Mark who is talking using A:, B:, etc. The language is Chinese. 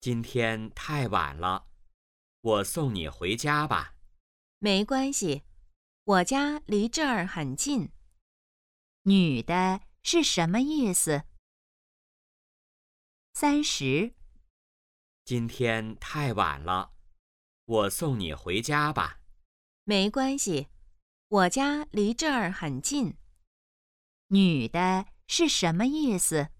A: 今天太晚了，我送你回家吧。
B: 没关系，我家离这儿很近。女的是什么意思？三十，
A: 今天太晚了，我送你回家吧。
B: 没关系，我家离这儿很近。女的是什么意思？